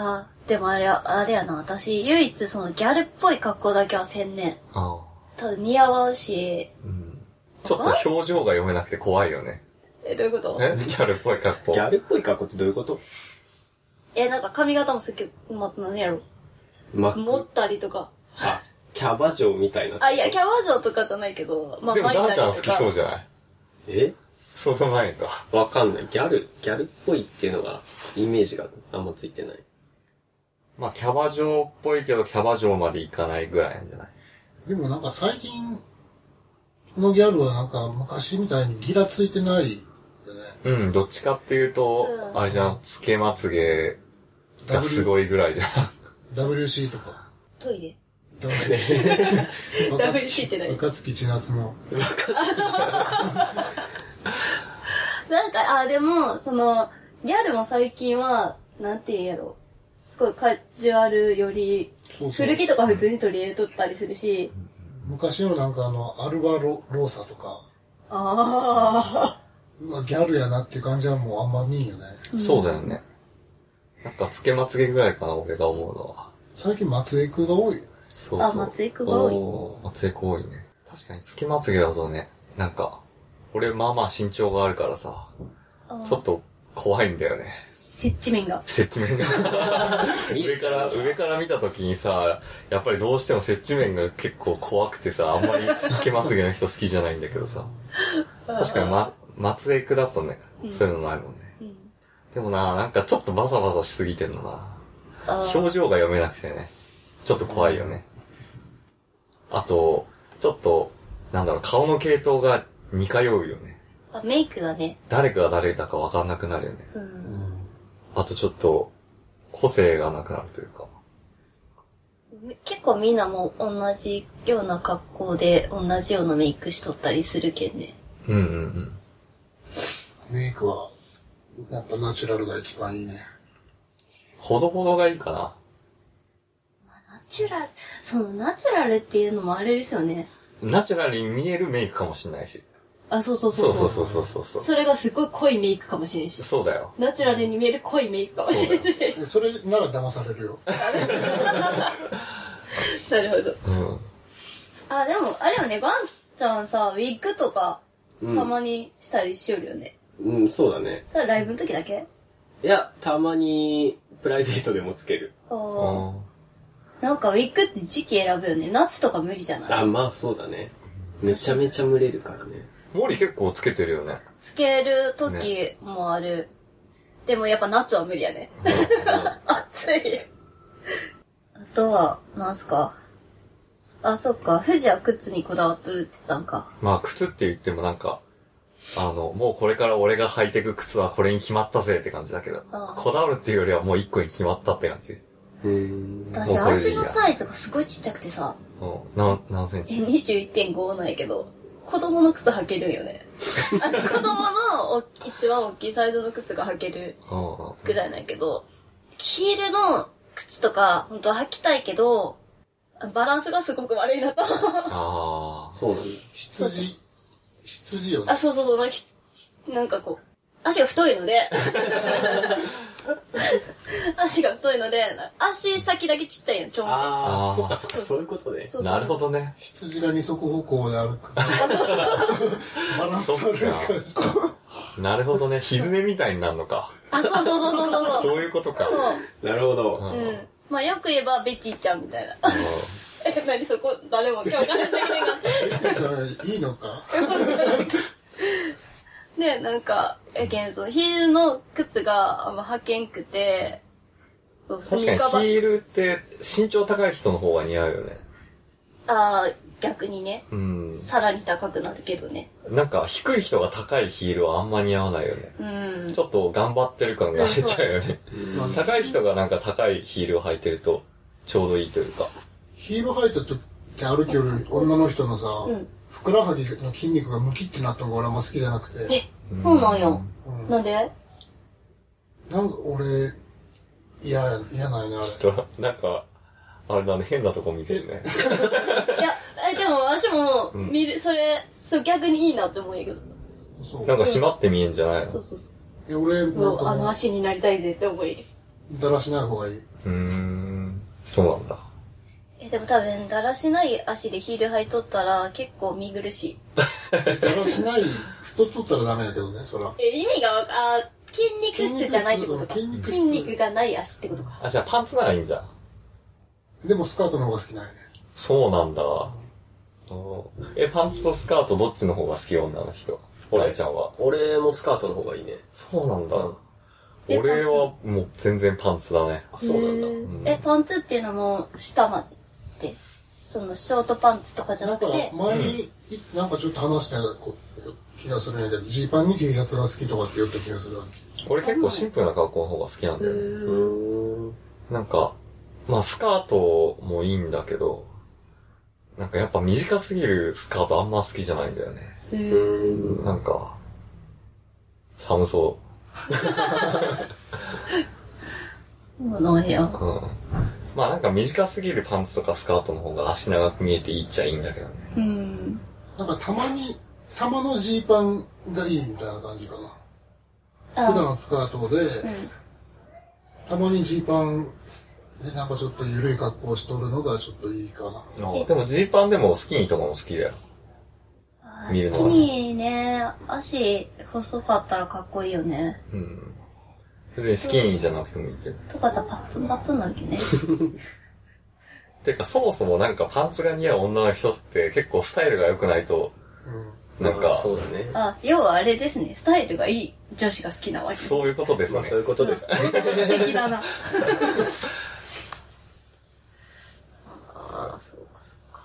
[SPEAKER 5] あー、でもあれや、あれやな、私唯一そのギャルっぽい格好だけはせんねん。
[SPEAKER 2] ああ。
[SPEAKER 5] 多分似合わんし、
[SPEAKER 2] うん。ちょっと表情が読めなくて怖いよね。
[SPEAKER 5] え、どういうこと
[SPEAKER 2] えギャルっぽい格好。
[SPEAKER 3] ギャルっぽい格好ってどういうこと
[SPEAKER 5] え、なんか髪型もすっげえ、ま、何やろ。
[SPEAKER 3] ま
[SPEAKER 5] 持ったりとか。
[SPEAKER 3] あ、キャバ嬢みたいな。
[SPEAKER 5] あ、いや、キャバ嬢とかじゃないけど、まあ、
[SPEAKER 2] でも、
[SPEAKER 5] 巻い
[SPEAKER 2] ダンち
[SPEAKER 5] た
[SPEAKER 2] ゃん
[SPEAKER 5] り
[SPEAKER 2] 好
[SPEAKER 5] と
[SPEAKER 2] き
[SPEAKER 5] か。
[SPEAKER 2] そうじゃない
[SPEAKER 3] え
[SPEAKER 2] そうでもないか。
[SPEAKER 3] わかんない。ギャル、ギャルっぽいっていうのが、イメージがあんまついてない。
[SPEAKER 2] まあ、キャバ嬢っぽいけど、キャバ嬢まで行かないぐらいなんじゃない
[SPEAKER 4] でもなんか最近のギャルはなんか昔みたいにギラついてないよね。
[SPEAKER 2] うん、どっちかっていうと、
[SPEAKER 5] うん
[SPEAKER 2] あれじゃん、つけまつげがす
[SPEAKER 4] W
[SPEAKER 2] ごいぐらいじゃん。
[SPEAKER 4] WC とか。
[SPEAKER 5] トイレ。
[SPEAKER 4] ダメです。
[SPEAKER 5] ダメついてない
[SPEAKER 4] 若月千夏の。
[SPEAKER 5] なんか、あ、でも、その、ギャルも最近は、なんて言うんやろ。すごいカジュアルより、
[SPEAKER 4] そうそう
[SPEAKER 5] 古着とか普通に取り入れとったりするし、
[SPEAKER 4] 昔のなんかあの、アルバロローサとか、
[SPEAKER 5] あ
[SPEAKER 4] うわ、ギャルやなっていう感じはもうあんま見んよね。
[SPEAKER 2] そうだよね。なんか、つけまつげぐらいかな、俺が思うのは。
[SPEAKER 4] 最近松江区が多いよ。
[SPEAKER 2] そうそう。
[SPEAKER 5] あ、松井くが多い。
[SPEAKER 2] おー松江多いね。確かに、つけまつげだとね、なんか、俺まあまあ身長があるからさ、ちょっと怖いんだよね。
[SPEAKER 5] 接地面が。
[SPEAKER 2] 接地面が。上から、上から見た時にさ、やっぱりどうしても接地面が結構怖くてさ、あんまりつけまつげの人好きじゃないんだけどさ。確かに、ま、松江区だとね、そういうのないもんね。でもな、なんかちょっとバサバサしすぎてんのな。表情が読めなくてね。ちょっと怖いよね。あと、ちょっと、なんだろう、顔の系統が似通うよね。
[SPEAKER 1] あメイクがね、
[SPEAKER 2] 誰が誰だかわかんなくなるよね。
[SPEAKER 1] うん、
[SPEAKER 2] あとちょっと、個性がなくなるというか。
[SPEAKER 1] 結構みんなもう同じような格好で同じようなメイクしとったりするけんね。
[SPEAKER 2] うんうんうん。
[SPEAKER 4] メイクは、やっぱナチュラルが一番いいね。
[SPEAKER 2] ほどほどがいいかな。
[SPEAKER 1] ナチュラル、そのナチュラルっていうのもあれですよね。
[SPEAKER 2] ナチュラルに見えるメイクかもしれないし。
[SPEAKER 5] あ、そうそうそ
[SPEAKER 2] そううそう
[SPEAKER 5] そ。
[SPEAKER 2] そううそうそうそう。
[SPEAKER 5] それがすごい濃いメイクかもしれんし。
[SPEAKER 2] そうだよ。
[SPEAKER 5] ナチュラルに見える濃いメイクかもしれんし。
[SPEAKER 4] えそれなら騙され るよ。
[SPEAKER 5] なるほど。
[SPEAKER 2] うん。
[SPEAKER 5] あ、でも、あれよね、ガンちゃんさ、ウィッグとか、
[SPEAKER 3] うん
[SPEAKER 5] たまにしたりしよるよね。
[SPEAKER 3] うん、そうだね。
[SPEAKER 5] それライブの時だけ
[SPEAKER 3] いや、たまに、プライベートでもつける。
[SPEAKER 5] あ
[SPEAKER 2] う
[SPEAKER 5] ー
[SPEAKER 2] ん
[SPEAKER 5] なんかウィッグって時期選ぶよね。夏とか無理じゃない
[SPEAKER 3] あ、まあそうだね。めちゃめちゃ蒸れるからね。
[SPEAKER 2] モリ結構つけてるよね。
[SPEAKER 5] つける時もある。でもやっぱ夏は無理やね。 暑い。
[SPEAKER 1] あとは、なんすか。あ、そっか。富士は靴にこだわっとるって言ったんか。
[SPEAKER 2] まあ、靴って言ってもなんか、あの、もうこれから俺が履いてく靴はこれに決まったぜって感じだけど、こだわるっていうよりはもう一個に決まったって感じ。
[SPEAKER 3] うん。
[SPEAKER 1] 私、
[SPEAKER 2] もうこれでい
[SPEAKER 1] 足
[SPEAKER 2] いや
[SPEAKER 1] のサイズがすごいちっちゃくてさ、
[SPEAKER 2] うん。な何セン
[SPEAKER 5] え
[SPEAKER 2] チ
[SPEAKER 5] 21.5なんやけど、子供の靴履けるんよね。あの子供のお一番大きいサイズの靴が履ける
[SPEAKER 2] うん。
[SPEAKER 5] ぐらいなんやけど、
[SPEAKER 1] ヒールの靴とか、本当は履きたいけど、
[SPEAKER 5] バランスがすごく悪い なと。
[SPEAKER 2] あ
[SPEAKER 3] そうなんだ。
[SPEAKER 4] 羊、羊よね
[SPEAKER 5] あ、。そうそうそう、なんかひひなんかこう、足が太いの で、足が太いので、な足先だけちっちゃいやん、ちょんって。
[SPEAKER 3] あ
[SPEAKER 2] あー
[SPEAKER 3] あ、そうかそうか、そういうこと ね。
[SPEAKER 5] そうそう
[SPEAKER 2] あ。なるほどね。
[SPEAKER 4] 羊が二足歩行で歩く。バランス
[SPEAKER 2] そ
[SPEAKER 4] 悪
[SPEAKER 2] っ
[SPEAKER 4] い感じ。
[SPEAKER 2] か。なるほどね。ひずめみたいになるのか。
[SPEAKER 5] あ、そうそうそうそうそう そう。
[SPEAKER 2] そういうことか。
[SPEAKER 3] なるほど。
[SPEAKER 5] う。ん。まあよく言えば、ベティちゃんみたいな。
[SPEAKER 2] う
[SPEAKER 5] え、なにそこ、誰も共感してく れんが。
[SPEAKER 4] じゃあ、いいのか
[SPEAKER 5] で、なんか、やけん、そのヒールの靴があんま履けんくて、そうス
[SPEAKER 2] ん確
[SPEAKER 5] ニー
[SPEAKER 2] かにヒ
[SPEAKER 5] カーば
[SPEAKER 2] ールって身長高い人の方が似合うよね。
[SPEAKER 5] あー逆にね、
[SPEAKER 2] うん。
[SPEAKER 5] さらに高くなるけどね。
[SPEAKER 2] なんか低い人が高いヒールはあんま似合わないよね。
[SPEAKER 5] うん。
[SPEAKER 2] ちょっと頑張ってる感が出ちゃうよね。
[SPEAKER 4] まあ
[SPEAKER 2] 高い人がなんか高いヒールを履いてるとちょうどいいというか。
[SPEAKER 4] ヒール履いた時歩きよる女の人のさ、ふくらはぎの筋肉がムキってなったのが俺あんま好きじゃなくて、
[SPEAKER 5] そうなんよ。
[SPEAKER 4] うん
[SPEAKER 5] なんで
[SPEAKER 4] なんか俺、嫌や、嫌なんやね、あれ。
[SPEAKER 2] ちょっと、なんか、あれだね、変なとこ見てるね。
[SPEAKER 5] いや、え、でも私も、見る、それ、そう、逆にいいなって思うんやけど。
[SPEAKER 4] そう。
[SPEAKER 2] なんか締まって見えんじゃない
[SPEAKER 5] そ
[SPEAKER 2] の
[SPEAKER 5] う
[SPEAKER 2] う
[SPEAKER 5] そうそ
[SPEAKER 4] いや俺、なん
[SPEAKER 5] う。そうあ
[SPEAKER 4] かも
[SPEAKER 5] の
[SPEAKER 4] う、
[SPEAKER 5] 足になりたいぜって思い。
[SPEAKER 4] だらしない方がいい。
[SPEAKER 2] ーん。そうなんだ。
[SPEAKER 1] え、でも多分、だらしない足でヒール履いとったら、結構見苦しい。
[SPEAKER 4] だらしない、太っとったらダメやけどね、そら。
[SPEAKER 5] え、意味がわか、あー、筋肉質じゃないってことか。
[SPEAKER 4] 筋肉質
[SPEAKER 5] 筋肉がない足ってことか。
[SPEAKER 2] あ、じゃあパンツならいいんだ。
[SPEAKER 4] でもスカートの方が好きなんやね。
[SPEAKER 2] そうなんだ。うんえ、パンツとスカートどっちの方が好き女の人おらちゃんは。
[SPEAKER 3] 俺もスカートの方がいいね。
[SPEAKER 2] そうなんだ。
[SPEAKER 1] え
[SPEAKER 2] 俺はもう全然パンツだね。
[SPEAKER 3] あ、そうなんだ。
[SPEAKER 1] え、パンツっていうのも、下まで。その、ショートパンツとかじゃ
[SPEAKER 4] な
[SPEAKER 1] なん
[SPEAKER 4] か
[SPEAKER 1] くて、
[SPEAKER 4] 前に、いなんかちょっと話した気がするんやけど、ジーパンに T シャツが好きとかって言った気がするわけ。
[SPEAKER 2] 俺結構シンプルな格好の方が好きなんだよね。
[SPEAKER 3] うーん。
[SPEAKER 2] なんか、まあスカートもいいんだけど、なんかやっぱ短すぎるスカートあんま好きじゃないんだよね。
[SPEAKER 5] うん
[SPEAKER 3] うん。
[SPEAKER 2] なんか、寒そ
[SPEAKER 5] このお部屋。
[SPEAKER 2] う。うん。まあなんか短すぎるパンツとかスカートの方が足長く見えていいっちゃいいんだけどね。
[SPEAKER 5] うん。
[SPEAKER 4] なんかたまに、たまのジーパンがいいみたいな感じかな。普段スカートで、たまにジーパンでなんかちょっと緩い格好しとるのがちょっといいかな。
[SPEAKER 2] でもジーパンでもスキニーとかも好きだよ。
[SPEAKER 5] あ
[SPEAKER 2] 見る
[SPEAKER 5] ー
[SPEAKER 2] の
[SPEAKER 5] 好きにね、足細かったらかっこいいよね。
[SPEAKER 2] うん。別にスキニーじゃなくてもいいけど。
[SPEAKER 5] とかじゃパッツンパッツンなるけ ね。
[SPEAKER 2] てかそもそもなんかパンツが似合う女の人って結構スタイルが良くないと、なん
[SPEAKER 3] まあ
[SPEAKER 2] か、
[SPEAKER 3] そうだね。
[SPEAKER 5] あ、要はあれですね、スタイルがいい女子が好きなわけ。
[SPEAKER 2] そういうことです
[SPEAKER 3] まあそうい
[SPEAKER 2] ね。
[SPEAKER 3] うことです。
[SPEAKER 5] 敵だな。ああ、そうかそうか。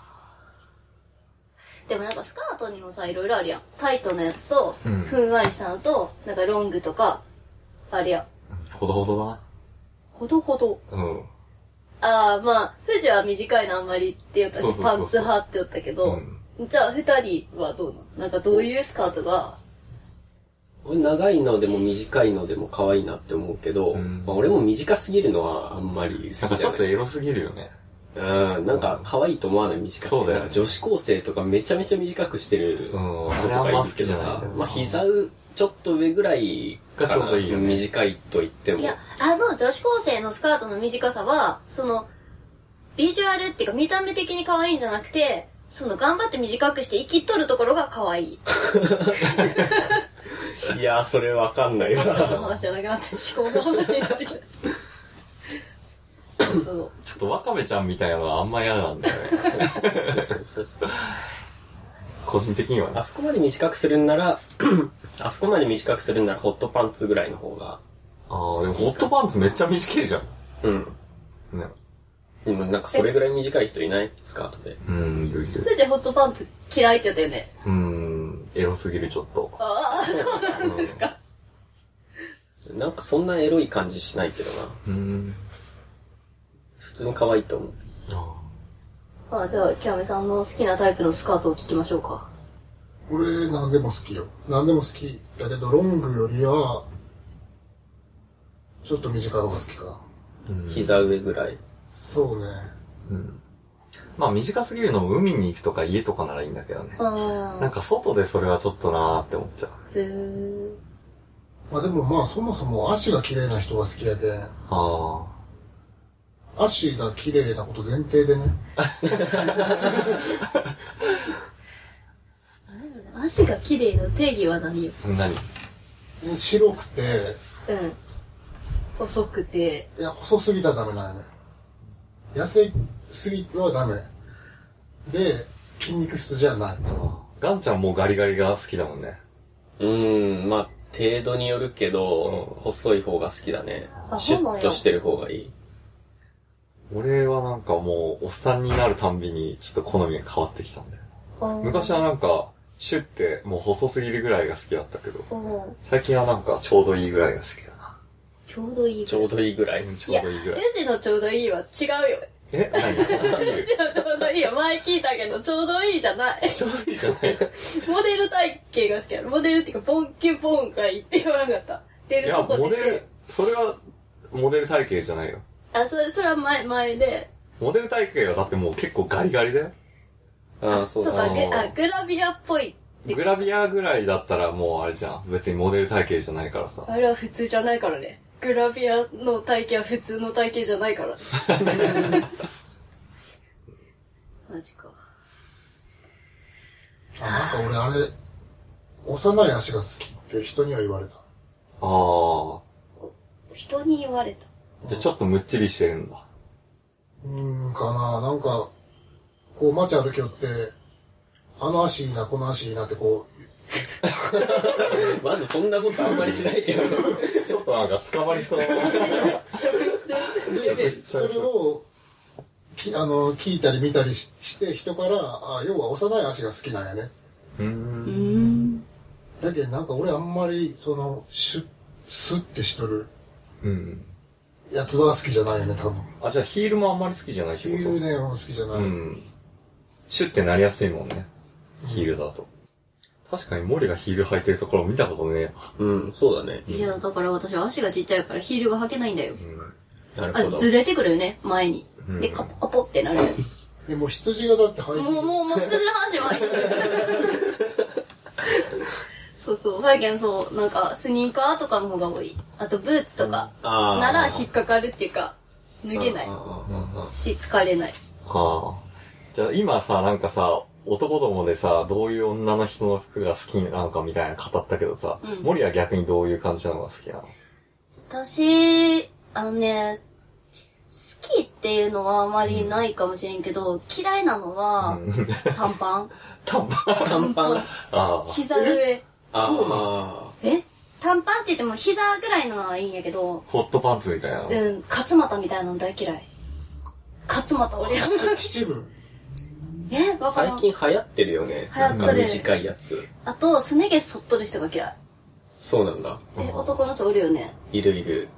[SPEAKER 5] でもなんかスカートにもさ、いろいろあるやん。タイトなやつと、
[SPEAKER 2] うん
[SPEAKER 5] ふんわりしたのと、なんかロングとか、あれや。
[SPEAKER 2] ほどほどだ
[SPEAKER 5] ほどほど。
[SPEAKER 2] な。うん。
[SPEAKER 5] ああ、まあ、富士は短いのあんまりって言ったし
[SPEAKER 2] そうそう、そう
[SPEAKER 5] パ
[SPEAKER 2] そう
[SPEAKER 5] ンツ派って言ったけど、じゃあ二人はどうなのなんかどういうスカートが、
[SPEAKER 3] 俺長いのでも短いのでも可愛いなって思うけど、
[SPEAKER 2] うん
[SPEAKER 3] まあ、俺も短すぎるのはあんまり好きじ
[SPEAKER 2] な
[SPEAKER 3] ゃ
[SPEAKER 2] ん
[SPEAKER 3] な
[SPEAKER 2] か
[SPEAKER 3] い。
[SPEAKER 2] ちょっとエロすぎるよね。
[SPEAKER 3] うん、なんか可愛いと思わない短さ。
[SPEAKER 2] そうだよね
[SPEAKER 3] なんか女子高生とかめちゃめちゃ短くしてる
[SPEAKER 2] うん
[SPEAKER 3] 人とかいるけ
[SPEAKER 2] あ
[SPEAKER 3] ど
[SPEAKER 2] れはあんま好きじゃないん
[SPEAKER 3] さ
[SPEAKER 2] だよ、な
[SPEAKER 3] まあ膝ちょっと上ぐらいかな
[SPEAKER 2] がちょうどいいよね
[SPEAKER 3] 短いと言っても。
[SPEAKER 1] いや、あの女子高生のスカートの短さは、その、ビジュアルっていうか見た目的に可愛いんじゃなくて、その頑張って短くして生きとるところが可愛い。
[SPEAKER 3] いや、それわかんないわ。
[SPEAKER 5] その話じゃなくなって、思考の話になってき た。そう。
[SPEAKER 2] ちょっとワカメちゃんみたいなのはあんま嫌なんだよね。
[SPEAKER 3] そうそうそう
[SPEAKER 2] 個人的にはね
[SPEAKER 3] あ。そこまで短くするんなら、 あそこまで短くするんならホットパンツぐらいの方が、
[SPEAKER 2] ああ、でもホットパンツめっちゃ短いじゃん。
[SPEAKER 3] うん。
[SPEAKER 2] ね。
[SPEAKER 3] でもなんかそれぐらい短い人いないスカートで。
[SPEAKER 2] うん、いるいる。
[SPEAKER 5] 富士ホットパンツ嫌いって言ったよね。
[SPEAKER 2] うん、エロすぎるちょっと。
[SPEAKER 5] ああ、そうなんですか。
[SPEAKER 3] なんかそんなエロい感じしないけどな。
[SPEAKER 2] うん。
[SPEAKER 3] 普通に可愛いと思う。
[SPEAKER 2] あ
[SPEAKER 5] あじゃあ、キャメさんの好きなタイプのスカートを聞きましょうか。
[SPEAKER 4] 俺、何でも好きよ。何でも好き。だけど、ロングよりは、ちょっと短い方が好きかな。
[SPEAKER 3] 膝上ぐらい。
[SPEAKER 4] そうね。
[SPEAKER 2] まあ短すぎるのも海に行くとか家とかならいいんだけどね。なんか外でそれはちょっとなーって思っちゃう。
[SPEAKER 5] へー
[SPEAKER 4] まあでもまあ、そもそも足が綺麗な人が好きやけん。
[SPEAKER 2] あ
[SPEAKER 4] 足が綺麗なこと前提でね。
[SPEAKER 5] 足が綺麗の定義は何よ
[SPEAKER 2] あ。何
[SPEAKER 4] 白くて、
[SPEAKER 5] うん。細くて、
[SPEAKER 4] いや、細すぎたらダメなんよね。痩せすぎてはダメ。で、筋肉質じゃない。
[SPEAKER 2] ガンちゃんもうガリガリが好きだもんね。
[SPEAKER 3] うーん、まあ、程度によるけど、細い方が好きだね。
[SPEAKER 1] あ
[SPEAKER 3] シ
[SPEAKER 1] そ
[SPEAKER 3] ュ
[SPEAKER 1] うなんや
[SPEAKER 3] ッとしてる方がいい。
[SPEAKER 2] 俺はなんかもうおっさんになるたんびにちょっと好みが変わってきたんだよ。昔はなんか、シュってもう細すぎるぐらいが好きだったけど、
[SPEAKER 5] うん
[SPEAKER 2] 最近はなんかちょうどいいぐらいが好きだな。
[SPEAKER 5] ちょうどいい。
[SPEAKER 3] ちょうどいいぐらい。
[SPEAKER 2] ちょうどいいぐらい。
[SPEAKER 5] レジのちょうどいいは違うよ。
[SPEAKER 2] え何細すぎる
[SPEAKER 5] レジのちょうどいいは前聞いたけど、ちょうどいいじゃない。
[SPEAKER 2] ちょうどいいじゃない
[SPEAKER 5] モデル体型が好きやろ。モデルっていうか、ボンキュボンがいいって言わなかった。出
[SPEAKER 2] い
[SPEAKER 5] る
[SPEAKER 2] や、
[SPEAKER 5] とこ
[SPEAKER 2] モ
[SPEAKER 5] 出
[SPEAKER 2] デ
[SPEAKER 5] て
[SPEAKER 2] ル
[SPEAKER 5] る。、
[SPEAKER 2] それは、モデル体型じゃないよ。
[SPEAKER 5] あ、それ、それは前、前で。
[SPEAKER 2] モデル体型はだってもう結構ガリガリだよ。
[SPEAKER 3] ああ、そう
[SPEAKER 5] そう
[SPEAKER 3] だ
[SPEAKER 5] か、
[SPEAKER 3] ね。
[SPEAKER 5] グあグラビアっぽい。
[SPEAKER 2] グラビアぐらいだったらもうあれじゃん。別にモデル体型じゃないからさ。
[SPEAKER 5] あれは普通じゃないからね。グラビアの体型は普通の体型じゃない から。マジか。
[SPEAKER 4] あ、なんか俺あれ、幼い足が好きって人には言われた。
[SPEAKER 2] あー。
[SPEAKER 5] 人に言わ れた。
[SPEAKER 2] じゃあちょっとむっちりしてるんだ。
[SPEAKER 4] うーん、かななんか、こう街歩きよって、あの足いいな、この足いいなってこ
[SPEAKER 3] まずそんなことあんまりしないけど。
[SPEAKER 2] ちょっとなんか捕まり そう。
[SPEAKER 5] 職質
[SPEAKER 4] う、で、それを、きあの、聞いたり見たりしして、人から、あ、要は幼い足が好きなんやね。
[SPEAKER 2] うん。
[SPEAKER 4] だけどなんか俺あんまり、その、シュッ、スッてしとる
[SPEAKER 2] うん。
[SPEAKER 4] やつは好きじゃないよね、多分。
[SPEAKER 2] あ、じゃあヒールもあんまり好きじじゃないっ
[SPEAKER 4] ヒ
[SPEAKER 2] てこと
[SPEAKER 4] ールね、俺も好きじゃない。
[SPEAKER 2] うん。シュってなりやすいもんね。ヒールだと。確かに森がヒール履いてるところ見たことねえわ
[SPEAKER 3] うん、そうだね。
[SPEAKER 5] いや、だから私は足がちっちゃいからヒールが履けないんだよ。
[SPEAKER 3] なる
[SPEAKER 5] あ
[SPEAKER 3] ほど。
[SPEAKER 5] ずれてくるよね、前に。で、
[SPEAKER 2] うん
[SPEAKER 5] カポカポってなる。
[SPEAKER 4] え、もう羊がだって入って
[SPEAKER 5] もう、もう、もう、羊の話はいい。 そうそう。だけどそう、なんか、スニーカーとかの方が多い。あと、ブーツとか、
[SPEAKER 3] あー
[SPEAKER 5] なら引っかかるっていうか、脱げない
[SPEAKER 3] あー
[SPEAKER 5] し、疲れない。
[SPEAKER 2] はあ。じゃあ今さ、なんかさ、男どもでさ、どういう女の人の服が好きなのかみたいな語ったけどさ、
[SPEAKER 5] うん
[SPEAKER 2] 森は逆にどういう感じなのが好きなの
[SPEAKER 5] 私、あのね、好きっていうのはあまりないかもしれんけど、嫌いなのは、短パン。
[SPEAKER 2] 短パン。
[SPEAKER 3] 短パン。
[SPEAKER 2] ああ。
[SPEAKER 5] 膝上。
[SPEAKER 3] あ
[SPEAKER 4] そうな
[SPEAKER 3] あ
[SPEAKER 5] え短パンって言っても膝ぐらいのはいいんやけど、
[SPEAKER 2] ホットパンツみたいなの。
[SPEAKER 5] うん、勝股みたいなの大嫌い。勝股俺ら。
[SPEAKER 4] 七分。
[SPEAKER 5] え わから
[SPEAKER 3] 最
[SPEAKER 5] ん。
[SPEAKER 3] 近流行ってるよね。
[SPEAKER 5] 流行ってる
[SPEAKER 3] なんか短いやつ。
[SPEAKER 5] あと、すね毛剃っとる人が嫌い。
[SPEAKER 3] そうなんだ。
[SPEAKER 5] え、男の人おるよね。
[SPEAKER 3] いるいる。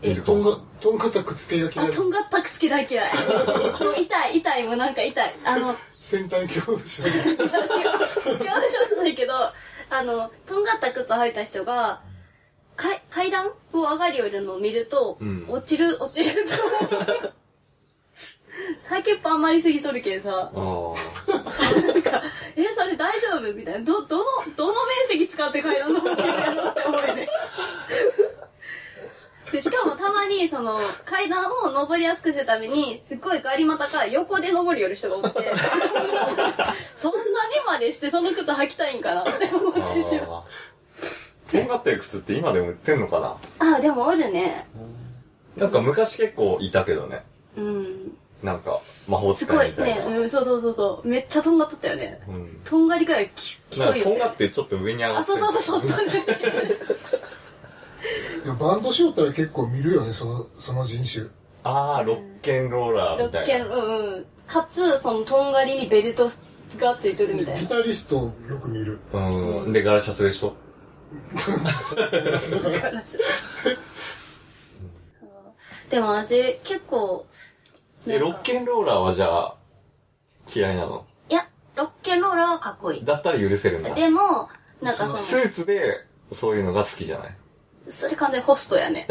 [SPEAKER 2] いるか
[SPEAKER 4] とん
[SPEAKER 2] もしれ
[SPEAKER 4] が、とんがったくっつけが嫌
[SPEAKER 5] あ、
[SPEAKER 4] い。
[SPEAKER 5] とんがったくつき大嫌い。もう痛い、痛い、もうなんか痛い。あの、
[SPEAKER 4] 先端恐怖症。
[SPEAKER 5] 違う恐怖症じゃないけど、あの、とんがった靴履いた人が、階階段を上がりよるのを見ると、
[SPEAKER 2] うん
[SPEAKER 5] 落ちる、落ちると思う。酒パンまりすぎとるけんさ、
[SPEAKER 2] あ
[SPEAKER 5] なんか、え、それ大丈夫みたいな。ど、どの、どの面積使って階段登ってるやろって思うよ ね。で、しかもたまに、その、階段を登りやすくするために、すっごいガリ股か横で登りよる人が多く て、そんなにまでしてその靴履きたいんかなって思
[SPEAKER 2] あ。
[SPEAKER 5] ってしまう。
[SPEAKER 2] ああ。とんがってる靴って今でも売ってんのか な
[SPEAKER 5] あ、でもおるね。
[SPEAKER 2] なんか昔結構いたけどね。
[SPEAKER 5] うん。
[SPEAKER 2] なんか、魔法
[SPEAKER 5] す
[SPEAKER 2] 使
[SPEAKER 5] ご
[SPEAKER 2] い
[SPEAKER 5] い
[SPEAKER 2] みたい
[SPEAKER 5] ね
[SPEAKER 2] な。。
[SPEAKER 5] うん、そうそうそうそう。めっちゃとんがっとったよね。
[SPEAKER 2] うん。
[SPEAKER 5] とんがりくらいき、き
[SPEAKER 2] な
[SPEAKER 5] そ
[SPEAKER 2] ん
[SPEAKER 5] いよ
[SPEAKER 2] かとん
[SPEAKER 5] ね
[SPEAKER 2] がっ。てちょっと上に上が
[SPEAKER 5] あ、
[SPEAKER 2] って
[SPEAKER 5] そうそうそう、とんがって。
[SPEAKER 4] いや、バンドしよったら結構見るよね、その、その人種。
[SPEAKER 2] ああ、ロッケンローラー
[SPEAKER 5] ロ
[SPEAKER 2] みた
[SPEAKER 5] ッ
[SPEAKER 2] い
[SPEAKER 5] ケ
[SPEAKER 2] な。
[SPEAKER 5] ン、うんうん。かつ、その、とんがりにベルトがついてるみたい
[SPEAKER 4] ギ
[SPEAKER 5] な。
[SPEAKER 4] タリストをよく見る。
[SPEAKER 2] うん。で、ガラシャツでしょ
[SPEAKER 5] でも私、結構、
[SPEAKER 2] え、ロッケンローラーはじゃあ、嫌いなの
[SPEAKER 5] いや、ロッケンローラーはかっこいい。
[SPEAKER 2] だったら許せるんだ。
[SPEAKER 5] でも、なんかそ
[SPEAKER 2] ス
[SPEAKER 5] の、
[SPEAKER 2] ーツで、そういうのが好きじゃない
[SPEAKER 5] それ完全にホストやね。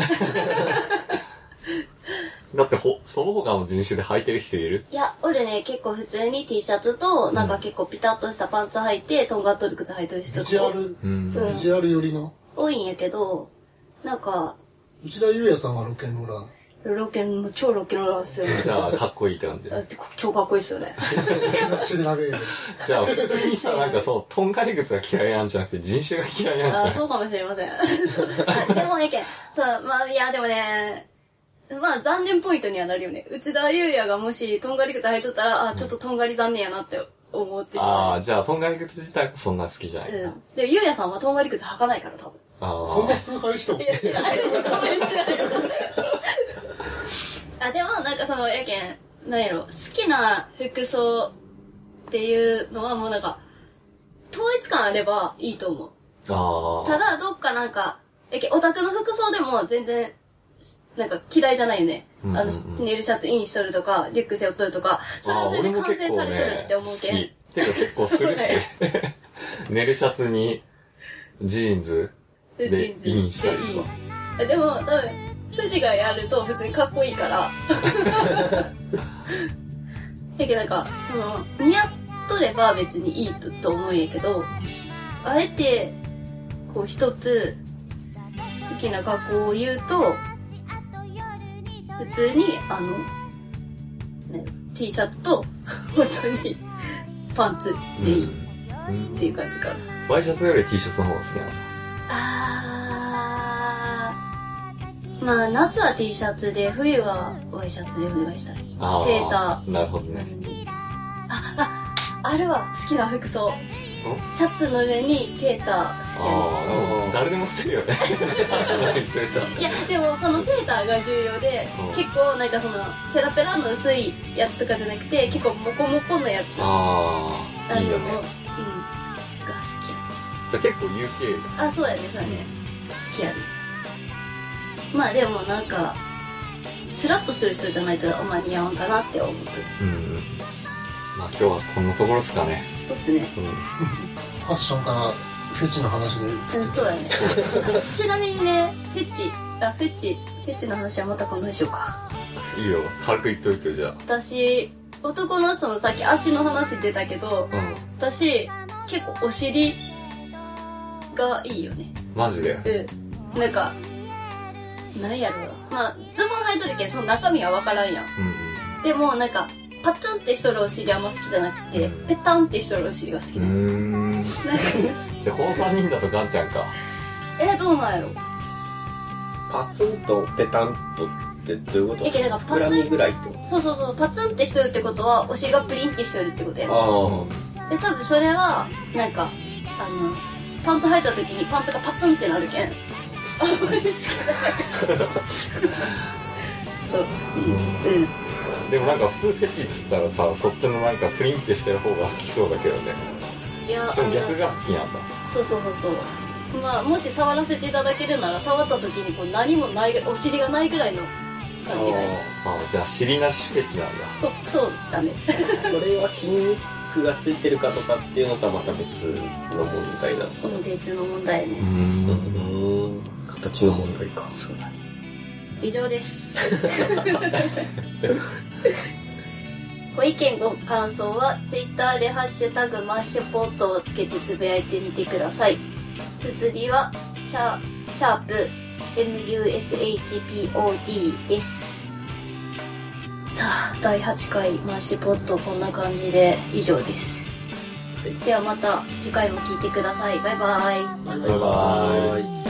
[SPEAKER 2] だってほ、その他の人種で履いてる人いる
[SPEAKER 5] いや、俺ね、結構普通に T シャツと、なんか結構ピタッとしたパンツ履いて、とんがっとる靴履いてる人
[SPEAKER 4] ビジュア
[SPEAKER 5] と
[SPEAKER 2] う
[SPEAKER 4] ル、
[SPEAKER 2] ん
[SPEAKER 5] うん
[SPEAKER 4] ビジュアル寄りの。
[SPEAKER 5] 多いんやけど、なんか、
[SPEAKER 4] 内田裕也さんはロケンローラー。
[SPEAKER 5] ロッケン、もう超ロッケンローラーっすよね。
[SPEAKER 2] じゃあ、かっこいいって感じ
[SPEAKER 5] だ。って超かっこいいっすよね。
[SPEAKER 4] 知らべえで。
[SPEAKER 2] じゃあ、普通にさ、なんかそう、とんがり靴が嫌いなんじゃなくて、人種が嫌いなんじゃ
[SPEAKER 5] あ
[SPEAKER 2] な
[SPEAKER 5] ー
[SPEAKER 2] い
[SPEAKER 5] そうかもしれません。あでもね、けん。そう、まあ、いや、でもね、まあ、残念ポイントにはなるよね。内田優也がもし、とんがり靴履いとったら、あ、ちょっととんがり残念やなって思ってし
[SPEAKER 2] あ
[SPEAKER 5] まう。
[SPEAKER 2] あ、じゃあ、とんがり靴自体がそんな好きじゃな
[SPEAKER 5] う
[SPEAKER 2] い
[SPEAKER 5] ん。。でも、優也さんはとんがり靴履かないから、多分。
[SPEAKER 2] ああ。
[SPEAKER 4] そんな崇拝しても
[SPEAKER 5] い。や、知らない。知らない。あ、でも、なんかその、やけん、なんやろ、好きな服装っていうのはもうなんか、統一感あればいいと思う。
[SPEAKER 2] あ
[SPEAKER 5] ただ、どっかなんか、えけ、オタクの服装でも全然、すなんか嫌いじゃないよね。
[SPEAKER 2] うんうんうん
[SPEAKER 5] あの、ネイルシャツインしとるとか、リュック背負っとるとか、それ
[SPEAKER 2] あ
[SPEAKER 5] は
[SPEAKER 2] あ
[SPEAKER 5] それ
[SPEAKER 2] 俺
[SPEAKER 5] で
[SPEAKER 2] も
[SPEAKER 5] 完成
[SPEAKER 2] 結
[SPEAKER 5] さ
[SPEAKER 2] 構
[SPEAKER 5] れてる
[SPEAKER 2] ね
[SPEAKER 5] って思うけん。
[SPEAKER 2] 好き。てか結構するし
[SPEAKER 5] そう。
[SPEAKER 2] 寝るシャツに、ジーンズ
[SPEAKER 5] で
[SPEAKER 2] で
[SPEAKER 5] ジーンズ
[SPEAKER 2] インしたりとか。
[SPEAKER 5] えでも、多分、富士がやると普通にかっこいいから。 やけどなんか、その、似合っとれば別にいいとと思うんやけど、あえて、こう一つ、好きな格好を言うと、普通に、あの、ね、T シャツと、本当に、パンツ
[SPEAKER 2] うん
[SPEAKER 5] でいいっ
[SPEAKER 2] うん
[SPEAKER 5] ていう感じかな。
[SPEAKER 2] ワイシャツより T シャツの方が好きなの。
[SPEAKER 5] あーまあ夏は T シャツで冬はワイシャツでお願いしたいセ
[SPEAKER 2] あ
[SPEAKER 5] ーター
[SPEAKER 2] なるほどね。
[SPEAKER 5] あああれは好きな服装シャツの上にセーター好きやね
[SPEAKER 2] ああ、でも誰でも捨てるよ ね。捨てた。
[SPEAKER 5] いやでもそのセーターが重要で
[SPEAKER 2] うん
[SPEAKER 5] 結構なんかそのペラペラの薄いやつとかじゃなくて結構モコモコのやつ
[SPEAKER 2] ああ、いいよ
[SPEAKER 5] うん、
[SPEAKER 2] ね
[SPEAKER 5] が。好きや
[SPEAKER 2] じゃあ結構 UK じ
[SPEAKER 5] あそうやねそうやね好きやねまあでもなんかスラッとする人じゃないとあんま似合わんかなって思って
[SPEAKER 2] ゃん。うん。まあ今日はこんなところですかね。
[SPEAKER 5] そうっすね。
[SPEAKER 2] うん。
[SPEAKER 4] ファッションからフェチの話に移って
[SPEAKER 5] うん、そうやね。 ちなみにね、フェチ、あ、フェチ、フェチの話はまた今度でしょうか。
[SPEAKER 2] いいよ。軽く言っといて、じゃあ。
[SPEAKER 5] 私、男の人のさっき足の話出たけど、
[SPEAKER 2] うん。
[SPEAKER 5] 私、結構お尻がいいよね。
[SPEAKER 2] マジで。
[SPEAKER 5] うん。なんか、なんやろな。まあ、ズボン履いとるけど、その中身はわからんやん。
[SPEAKER 2] うんうん。
[SPEAKER 5] でも、なんか、パツンってしとるお尻あんま好きじゃなくて
[SPEAKER 2] う、ん
[SPEAKER 5] ペタンってしとるお尻が好きなの。
[SPEAKER 2] うーん。
[SPEAKER 5] なんか、
[SPEAKER 2] じゃあこの3人だとガンちゃんか。
[SPEAKER 5] え、どうなんやろ
[SPEAKER 3] パツンとペタンとってどういうこと
[SPEAKER 5] いやけどなんかパツン
[SPEAKER 3] 膨らみぐらいってこ
[SPEAKER 5] そうそうそう、パツンってしとるってことは、お尻がプリンってしとるってことやね。
[SPEAKER 3] と
[SPEAKER 5] で、多分それは、なんか、あの、パンツ履いた時にパンツがパツンってなるけん。あんまり好きだから。そう。うん。
[SPEAKER 2] でもなんか普通フェチっつったらさ、そっちのなんかプリンってしてる方が好きそうだけどね。
[SPEAKER 5] いや、あ
[SPEAKER 2] でも
[SPEAKER 5] の、
[SPEAKER 2] 逆が好きなんだ。
[SPEAKER 5] そうそうそうそう。まあ、もし触らせていただけるなら、触った時にこう何もないぐらい、お尻がないぐらいの感じがいい。
[SPEAKER 2] ああ、じゃあ尻なしフェチなんだ。。
[SPEAKER 5] そう、そうだね。
[SPEAKER 3] ああそれは筋肉がついてるかとかっていうのとはまた別の問題なの
[SPEAKER 5] こ
[SPEAKER 3] かな
[SPEAKER 5] のデーツの問題ね。
[SPEAKER 3] うんん形の問題かそうだ
[SPEAKER 5] 以上です。ご意見ご感想は Twitter で「ハッシュタグマッシュポット」をつけてつぶやいてみてください。綴りはシャシャープ MUSHPOD です。さあ、第8回マッシュポットこんな感じで以上です。
[SPEAKER 3] はい
[SPEAKER 5] ではまた次回も聞いてください。バイバイ。
[SPEAKER 3] バイバーイ